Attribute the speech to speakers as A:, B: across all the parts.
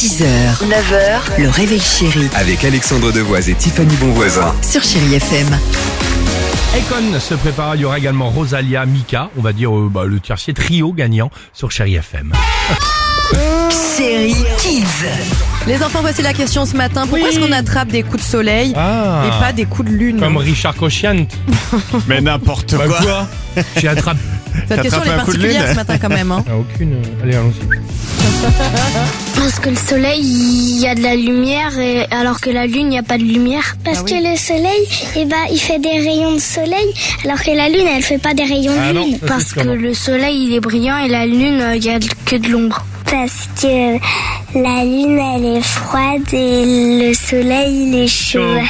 A: 6h, 9h, le réveil chéri
B: Avec Alexandre Devoise et Tiffany Bonvoisin.
A: sur Chérie FM.
C: Econ se prépare, il y aura également Rosalia, Mika, on va dire euh, bah, le tiercé trio gagnant sur Chéri FM.
A: Chérie Kids.
D: Les enfants, voici la question ce matin. Pourquoi est-ce qu'on attrape des coups de soleil
C: Ah.
D: et pas des coups de lune
C: Comme Richard Cochiant.
E: Mais n'importe
C: Bah
E: quoi.
C: quoi J'ai attrapé
D: Cette question elle
E: t'attrapes
D: est
E: un coup de
D: particulière
E: lune
D: ce matin quand même. hein.
C: Ah, aucune. euh, Allez, allons-y.
F: Parce que le soleil, il y a de la lumière, et alors que la lune, il n'y a pas de lumière.
D: Ah
F: Parce
D: oui.
F: que le soleil, eh ben, il fait des rayons de soleil, alors que la lune, elle fait pas des rayons
C: Ah
F: de
C: non,
F: lune.
C: ça, c'est
F: Parce que
C: sûrement.
F: le soleil, il est brillant, et la lune, euh, il y a que de l'ombre. Parce que la lune, elle est froide, et le soleil, il est chaud.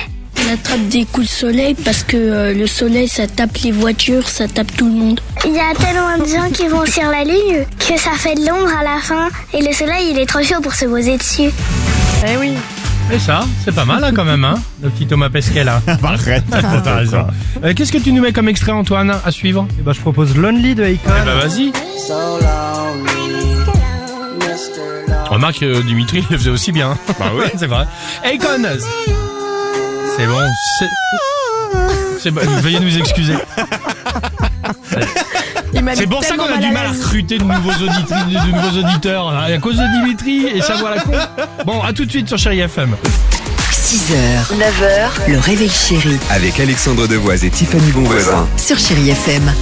G: On attrape des coups de soleil parce que euh, le soleil ça tape les voitures, ça tape tout le monde.
F: Il y a tellement de gens qui vont sur la lune que ça fait de l'ombre à la fin, et le soleil, il est trop chaud pour se poser dessus.
D: Eh oui.
C: Et ça, c'est pas mal hein, quand même, hein le petit Thomas Pesquet là.
E: Arrête.
C: T'as raison. Euh, Qu'est-ce que tu nous mets comme extrait, Antoine, à suivre Eh ben, je propose Lonely de Icon. Eh ben, vas-y. Remarque, euh, Dimitri il le faisait aussi bien. Bah oui, c'est vrai. Icon C'est bon, c'est. C'est bon, veuillez nous excuser.
D: Il m'a
C: C'est
D: mis
C: pour ça
D: tellement
C: qu'on a du
D: à
C: mal à
D: l'aise.
C: recruter de nouveaux, auditri- de nouveaux auditeurs là, à cause de Dimitri et sa voix à la con. Bon, à tout de suite sur Chéri FM.
A: 6h, 9h, le réveil chéri
B: Avec Alexandre Devoise et Tiffany Bonvoisin.
A: sur Chérie FM.